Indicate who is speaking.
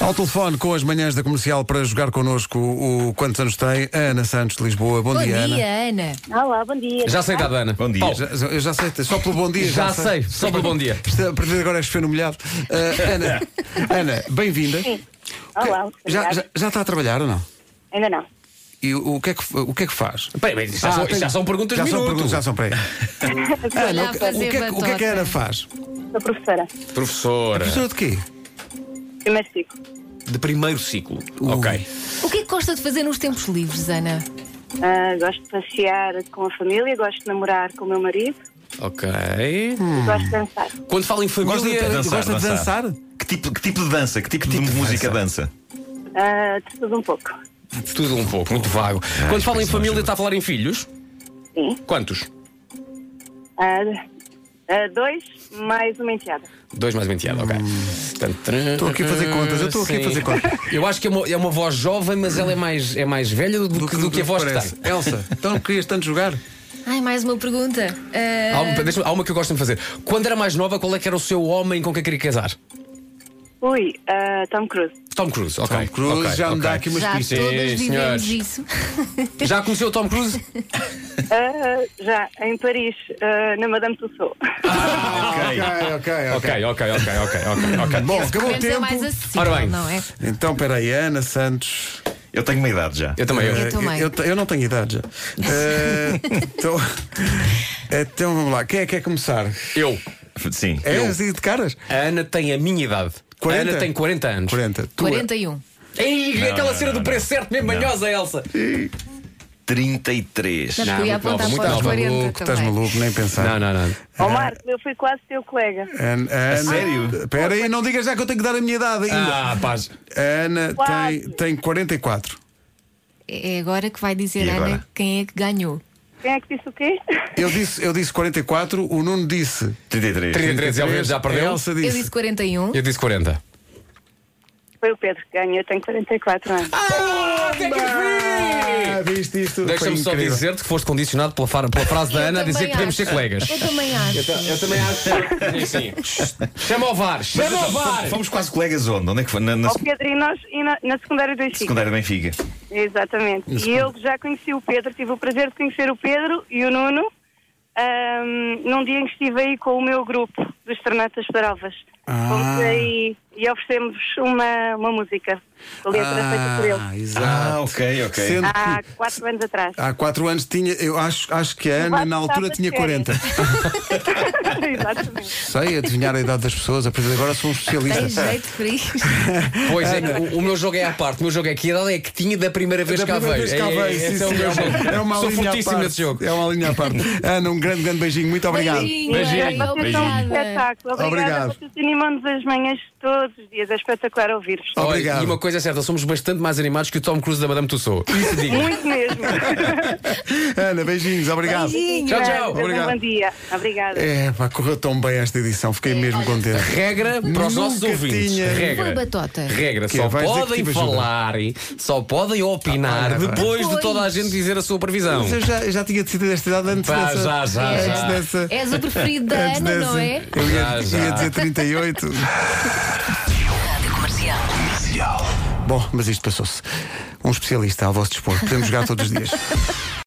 Speaker 1: Ao telefone com as manhãs da comercial para jogar connosco o Quantos Anos Tem, a Ana Santos de Lisboa. Bom,
Speaker 2: Bom
Speaker 1: dia,
Speaker 2: dia,
Speaker 1: Ana.
Speaker 2: Ana.
Speaker 3: Olá, bom dia. Ah,
Speaker 4: Já sei, dado, Ana.
Speaker 5: Bom dia.
Speaker 4: Paulo,
Speaker 1: Já, eu já sei, só pelo bom dia.
Speaker 4: já, sei, só pelo bom dia.
Speaker 1: Isto, a partir de agora é és fenomelhado. Uh, Ana, Ana bem-vinda.
Speaker 3: Olá,
Speaker 1: Já,
Speaker 3: obrigada.
Speaker 1: já, já está a trabalhar ou não?
Speaker 3: Ainda não.
Speaker 1: E o, o que, é que, o que é que faz?
Speaker 4: Peraí, mas isto já,
Speaker 1: Ah,
Speaker 4: são,
Speaker 1: tem-
Speaker 4: isto já são perguntas
Speaker 1: já
Speaker 4: de
Speaker 1: São
Speaker 4: minuto.
Speaker 1: perguntas, já são para aí.
Speaker 4: Ah,
Speaker 2: Olha,
Speaker 1: o,
Speaker 2: a
Speaker 1: que, o,
Speaker 2: fazer
Speaker 1: que é, que- o que é que a Ana faz? É
Speaker 3: Sou professora.
Speaker 4: Professora.
Speaker 1: Professora de quê?
Speaker 3: Primeiro ciclo.
Speaker 4: De primeiro ciclo.
Speaker 1: Ui.
Speaker 4: Ok.
Speaker 2: O que é que gosta de fazer nos tempos livres, Ana?
Speaker 3: Ah, gosto de passear com a família, gosto de namorar com o meu marido
Speaker 4: Ok. Hum.
Speaker 3: e gosto de dançar.
Speaker 4: Quando falo em
Speaker 1: Gosta de,
Speaker 4: família.
Speaker 5: Dançar,
Speaker 1: gosta de
Speaker 5: dançar.
Speaker 1: dançar?
Speaker 5: Que tipo, que tipo de dança? Que tipo, de, música dança?
Speaker 3: Ah, de tudo um pouco.
Speaker 4: Tudo um pouco, muito vago.
Speaker 1: Ah,
Speaker 4: Quando falo em
Speaker 5: expressão
Speaker 4: família,
Speaker 5: ajuda.
Speaker 4: está a falar em filhos?
Speaker 3: Sim.
Speaker 4: Quantos?
Speaker 3: Ah, ah, dois, mais uma enteada.
Speaker 4: Dois mais menteado, ok. Estou
Speaker 1: Hum. Estou aqui a fazer contas, eu estou aqui a fazer contas.
Speaker 4: Eu acho que é uma, é uma voz jovem, mas ela é mais, é mais velha do, que, do que a voz
Speaker 1: parece.
Speaker 4: que tem.
Speaker 1: Elsa, então não querias tanto jogar?
Speaker 2: Ai, mais uma pergunta. Ah,
Speaker 4: Há uma, deixa-me- há uma que eu gosto de fazer. Quando era mais nova, qual é que era o seu homem com quem queria casar?
Speaker 3: Ui, ah, Tom Cruise.
Speaker 4: Tom Cruise, ok.
Speaker 1: Tom Cruise
Speaker 4: ok,
Speaker 1: já me dá
Speaker 4: ok.
Speaker 1: aqui umas
Speaker 2: já
Speaker 1: pistas.
Speaker 2: todas
Speaker 4: Sim,
Speaker 2: vivemos
Speaker 4: senhores.
Speaker 2: isso.
Speaker 4: Já conheceu o Tom Cruise?
Speaker 3: Ah, já em Paris, ah, na Madame Tussauds.
Speaker 1: Ok, É, ok,
Speaker 4: Ok, ok, ok, ok, ok, ok.
Speaker 1: Bom, acabou o
Speaker 2: Menos é
Speaker 1: tempo.
Speaker 2: mais acessível,
Speaker 4: Ora bem.
Speaker 2: não é?
Speaker 1: Então, peraí, Ana Santos.
Speaker 5: Eu tenho uma idade já.
Speaker 4: Eu também.
Speaker 1: Eh,
Speaker 4: Eu.
Speaker 2: também.
Speaker 1: Eu, te- eu não tenho idade já. Eh, então, então vamos lá. Quem é que quer começar?
Speaker 4: eu.
Speaker 5: Sim.
Speaker 1: É assim de caras?
Speaker 4: A Ana tem a minha idade.
Speaker 1: 40?
Speaker 4: A Ana tem 40 anos.
Speaker 1: 40. Tu é-
Speaker 2: 41.
Speaker 4: Ei, aquela cena do preço certo, mesmo manhosa, Elsa.
Speaker 5: 33.
Speaker 2: Já
Speaker 4: Não,
Speaker 2: fui a
Speaker 4: muito nova,
Speaker 2: apontar
Speaker 4: muito
Speaker 2: para os
Speaker 4: nova.
Speaker 2: 40
Speaker 1: Maluco, estás
Speaker 2: também.
Speaker 1: maluco, nem pensar.
Speaker 4: Não, não, não.
Speaker 3: Ó Marco, eu fui quase teu colega.
Speaker 1: Ana, Ana,
Speaker 5: sério?
Speaker 1: Espera aí, não digas já que eu tenho que dar a minha idade ainda.
Speaker 4: Ah, paz.
Speaker 1: A Ana tem,
Speaker 3: Quase.
Speaker 1: tem 44.
Speaker 2: É agora que vai dizer,
Speaker 5: E agora?
Speaker 2: Ana, quem é que ganhou.
Speaker 3: Quem é que disse o quê?
Speaker 1: Eu disse, eu disse 44, o Nuno disse.
Speaker 5: 33.
Speaker 4: 33, obviamente, já
Speaker 1: A
Speaker 4: perdeu.
Speaker 1: Elsa
Speaker 2: Eu
Speaker 1: disse.
Speaker 2: disse 41.
Speaker 4: Eu disse 40.
Speaker 3: Foi o Pedro que ganhou, eu tenho 44 anos.
Speaker 1: é Ah, viste isto?
Speaker 4: Deixa-me
Speaker 1: Foi
Speaker 4: só
Speaker 1: incrível.
Speaker 4: dizer-te que foste condicionado pela, fara- pela frase da
Speaker 2: Eu
Speaker 4: Ana a dizer
Speaker 2: também
Speaker 4: que podemos ser
Speaker 2: acho.
Speaker 4: colegas.
Speaker 2: Eu também acho.
Speaker 4: Eu também acho. Sim, sim. Chama o VAR. Chama o VAR.
Speaker 5: Fomos quase colegas onde? Onde é que foi? Na, na
Speaker 3: Ó Pedro, e nós e na, na secundária do Chico.
Speaker 5: secundária de Benfica.
Speaker 3: Exatamente. E eu já conheci o Pedro, tive o prazer de conhecer o Pedro e o Nuno ahm, num dia em que estive aí com o meu grupo dos Tornatas Alvas.
Speaker 1: Ah.
Speaker 3: Fomos aí e oferecemos uma, uma música, a letra é feita por ele.
Speaker 1: Ah, exato.
Speaker 5: ok,
Speaker 1: Sendo
Speaker 3: Há
Speaker 1: Ah, que Ah.
Speaker 3: quatro anos atrás.
Speaker 1: há 4 anos tinha, eu acho, acho que a Ana
Speaker 3: Vai
Speaker 1: na altura
Speaker 3: estar
Speaker 1: tinha
Speaker 3: de
Speaker 1: 40.
Speaker 3: Exatamente.
Speaker 1: Sei, adivinhar a idade das pessoas, a partir de agora sou um
Speaker 2: Tem
Speaker 1: especialista.
Speaker 2: jeito para isto.
Speaker 4: Pois é, o, o meu jogo é à parte. O meu jogo é que a idade é que tinha da primeira vez
Speaker 1: Da
Speaker 4: que cá
Speaker 1: primeira
Speaker 4: veio.
Speaker 1: vez que cá
Speaker 4: É-
Speaker 1: veio,
Speaker 4: é-
Speaker 1: sim,
Speaker 4: esse é o
Speaker 1: sim,
Speaker 4: meu
Speaker 1: é uma-
Speaker 4: jogo.
Speaker 1: é uma
Speaker 4: Sou
Speaker 1: linha à
Speaker 4: fortíssimo
Speaker 1: parte.
Speaker 4: nesse jogo.
Speaker 1: É uma linha à parte. Ana, um grande, grande beijinho. Muito obrigado.
Speaker 2: Beijinho,
Speaker 4: Beijinho.
Speaker 2: Ana,
Speaker 3: Vocês são um
Speaker 2: Obrigada.
Speaker 3: espetáculo. Obrigada.
Speaker 1: Obrigado.
Speaker 3: Vocês animam-nos as manhãs todos os dias. É espetacular ouvir-vos.
Speaker 1: Oh.
Speaker 4: Olha,
Speaker 1: Obrigado.
Speaker 4: E uma coisa é certa, somos bastante mais animados que o Tom Cruise da Madame Tussauds. Isso diga.
Speaker 3: Muito mesmo.
Speaker 1: Ana, beijinhos. Obrigado.
Speaker 2: Beijinho.
Speaker 4: Tchau, tchau.
Speaker 3: Tenham um
Speaker 1: Obrigado.
Speaker 3: Bom dia. Obrigada.
Speaker 1: É, pá, correu tão bem esta edição. Fiquei mesmo contente.
Speaker 4: Regra para os nossos
Speaker 1: Nunca
Speaker 4: ouvintes.
Speaker 1: tinha-
Speaker 2: Foi
Speaker 4: Regra.
Speaker 2: batota.
Speaker 4: Regra,
Speaker 1: Que
Speaker 4: só
Speaker 1: vais dizer que
Speaker 4: podem
Speaker 1: tive ajuda.
Speaker 4: falar, só podem opinar
Speaker 1: Ah, vai, vai.
Speaker 4: depois de toda a
Speaker 2: Pois.
Speaker 4: gente dizer a sua previsão.
Speaker 1: Mas eu já, já tinha decidido esta idade antes
Speaker 4: Pá,
Speaker 1: dessa.
Speaker 4: já, já,
Speaker 1: antes
Speaker 4: já.
Speaker 1: dessa.
Speaker 2: És o preferido da
Speaker 1: antes
Speaker 2: Ana,
Speaker 1: dessa.
Speaker 2: não é?
Speaker 1: Eu ia,
Speaker 4: Já, já.
Speaker 1: ia dizer 38. Bom, mas isto passou-se. Um especialista ao vosso dispor. Podemos jogar todos os dias.